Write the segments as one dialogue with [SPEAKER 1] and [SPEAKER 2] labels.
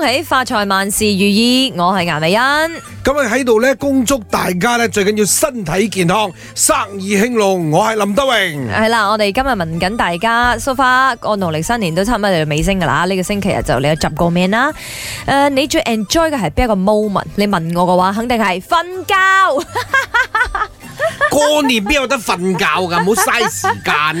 [SPEAKER 1] 喜發財萬事如意，我係顏美欣。
[SPEAKER 2] 咁啊喺度咧，恭祝大家咧最緊要身體健康，生意興隆。我係林德 榮。
[SPEAKER 1] 係啦，我哋今日問緊大家，so far 個農曆新年都差唔多嚟到尾聲噶啦。呢、個星期日就你有集過面啦。誒、你最 enjoy 嘅係邊一個 moment？你問我嘅話，肯定係瞓覺。
[SPEAKER 2] 過年邊有得瞓覺㗎？唔好嘥時間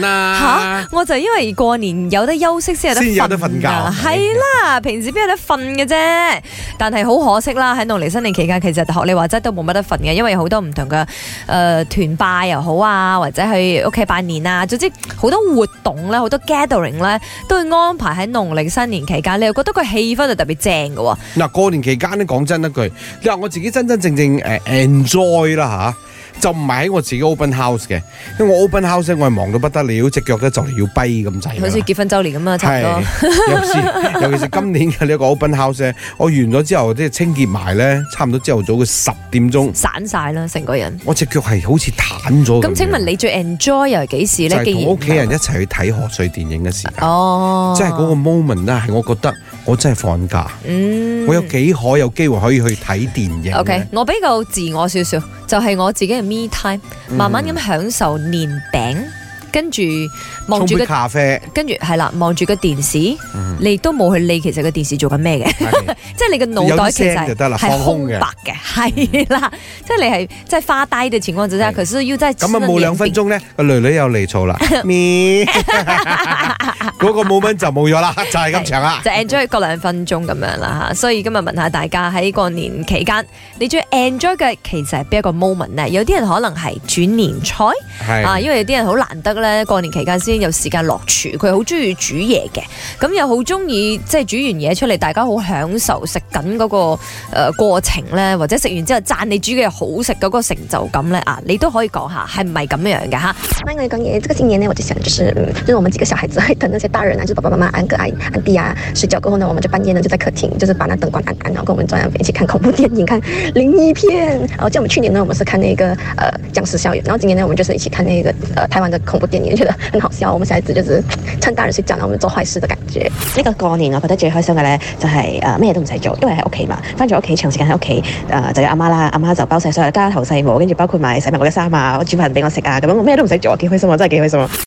[SPEAKER 1] 吓、
[SPEAKER 2] 啦。
[SPEAKER 1] 我就因為過年有得休息先
[SPEAKER 2] 啊先
[SPEAKER 1] 有
[SPEAKER 2] 有
[SPEAKER 1] 得
[SPEAKER 2] 得
[SPEAKER 1] 瞓
[SPEAKER 2] 瞓
[SPEAKER 1] 覺，
[SPEAKER 2] 覺
[SPEAKER 1] 係啦，平時邊有得瞓嘅啫。但係好可惜啦，喺農曆新年期間，其實學你話齋都冇乜得瞓嘅，因為好多唔同嘅誒團拜又好啊，或者去屋企拜年啊，總之好多活動咧，好多 gathering 咧，都會安排喺農曆新年期間，你又覺得個氣氛就特別正嘅喎。
[SPEAKER 2] 嗱，過年期間咧，講真一句，你話我自己真真正正誒 enjoy 啦吓，就唔係喺我自己 open house 嘅，因為我 open house 咧，我係忙到不得了，只腳咧就嚟要跛咁滯㗎啦。
[SPEAKER 1] 好似結婚周年咁啊，差唔多
[SPEAKER 2] 係。， 尤其是尤其是今年嘅呢一個 open house 咧，我完咗之後即係清潔埋咧，差唔多朝頭早嘅十點鐘，
[SPEAKER 1] 散晒啦，成個人。
[SPEAKER 2] 我只腳係好似攤咗樣。
[SPEAKER 1] 咁請問你最 enjoy 又係幾時
[SPEAKER 2] 就
[SPEAKER 1] 咧？既
[SPEAKER 2] 係同
[SPEAKER 1] 然
[SPEAKER 2] 屋企人一齊去睇賀歲電影嘅時間，
[SPEAKER 1] 哦，
[SPEAKER 2] 即係嗰個 moment 咧，係我覺得我真係放假，
[SPEAKER 1] 嗯
[SPEAKER 2] 我有幾可有機會可以去睇電影
[SPEAKER 1] O、k
[SPEAKER 2] 咧。
[SPEAKER 1] 我比較自我少少，就係、我自己嘅 me time，慢
[SPEAKER 2] 嗯
[SPEAKER 1] 慢咁享受年餅，跟住望
[SPEAKER 2] 沖
[SPEAKER 1] 住個，
[SPEAKER 2] 杯咖 啡，
[SPEAKER 1] 跟住係啦，望住個電視，
[SPEAKER 2] 嗯
[SPEAKER 1] 你都冇去理其實個電視做緊咩嘅，
[SPEAKER 2] 係
[SPEAKER 1] 即係你嘅腦
[SPEAKER 2] 有
[SPEAKER 1] 袋
[SPEAKER 2] 啲
[SPEAKER 1] 其
[SPEAKER 2] 聲
[SPEAKER 1] 實
[SPEAKER 2] 就得啦
[SPEAKER 1] 係
[SPEAKER 2] 放空
[SPEAKER 1] 空
[SPEAKER 2] 嘅嗯
[SPEAKER 1] 白嘅，係啦，即係你係即係花呆嘅情況之下，
[SPEAKER 2] 係
[SPEAKER 1] 可是要真係
[SPEAKER 2] 咁啊冇兩分鐘咧，個女女 又嚟嘈啦，咩？嗰個 moment 就冇咗啦，就係咁長啦。
[SPEAKER 1] 就 enjoy 嗰兩分鐘咁樣啦嚇，所以今日問下大家喺過年期間，你最 enjoy 嘅其實係邊一個 moment 呢？有啲人可能係煮年菜。啊，
[SPEAKER 2] 係
[SPEAKER 1] 因為有啲人好難得咧，過年期間先有時間落廚，佢好中意煮嘢嘅，咁又好中意即係煮完嘢出嚟，大家好享受食緊嗰個誒、呃、過程咧，或者食完之後讚你煮嘅好食嗰個成就感咧啊，你都可以講下係唔係咁樣嘅吓。
[SPEAKER 3] 那个刚呃爷，这个新年呢，我就想就是，嗯，就是我们几个小孩子会等那些大人啊，就是爸爸妈妈、安哥、阿姨、安弟啊，睡觉过后呢，我们就半夜呢就在客厅，就是把那灯光暗暗，然后跟我们专家一起看恐怖电影，看灵异片。然后像我们去年呢，我们是看那个呃僵尸校园，然后今年呢，我们就是一起看那个呃台湾的恐怖电影，觉得很好笑。我们小孩子就是趁大人睡觉，然后我们做坏事的感觉。
[SPEAKER 4] 呢個過年我覺得最開心嘅咧，就係誒咩都唔使做，因為喺屋企嘛，翻咗屋企長時間喺屋企誒就有阿媽啦，阿媽就包晒所有家頭細務，跟住包括埋洗埋我嘅衫啊，煮飯俾我食啊，咁樣我咩都唔使做，幾開心啊，真係幾開心啊！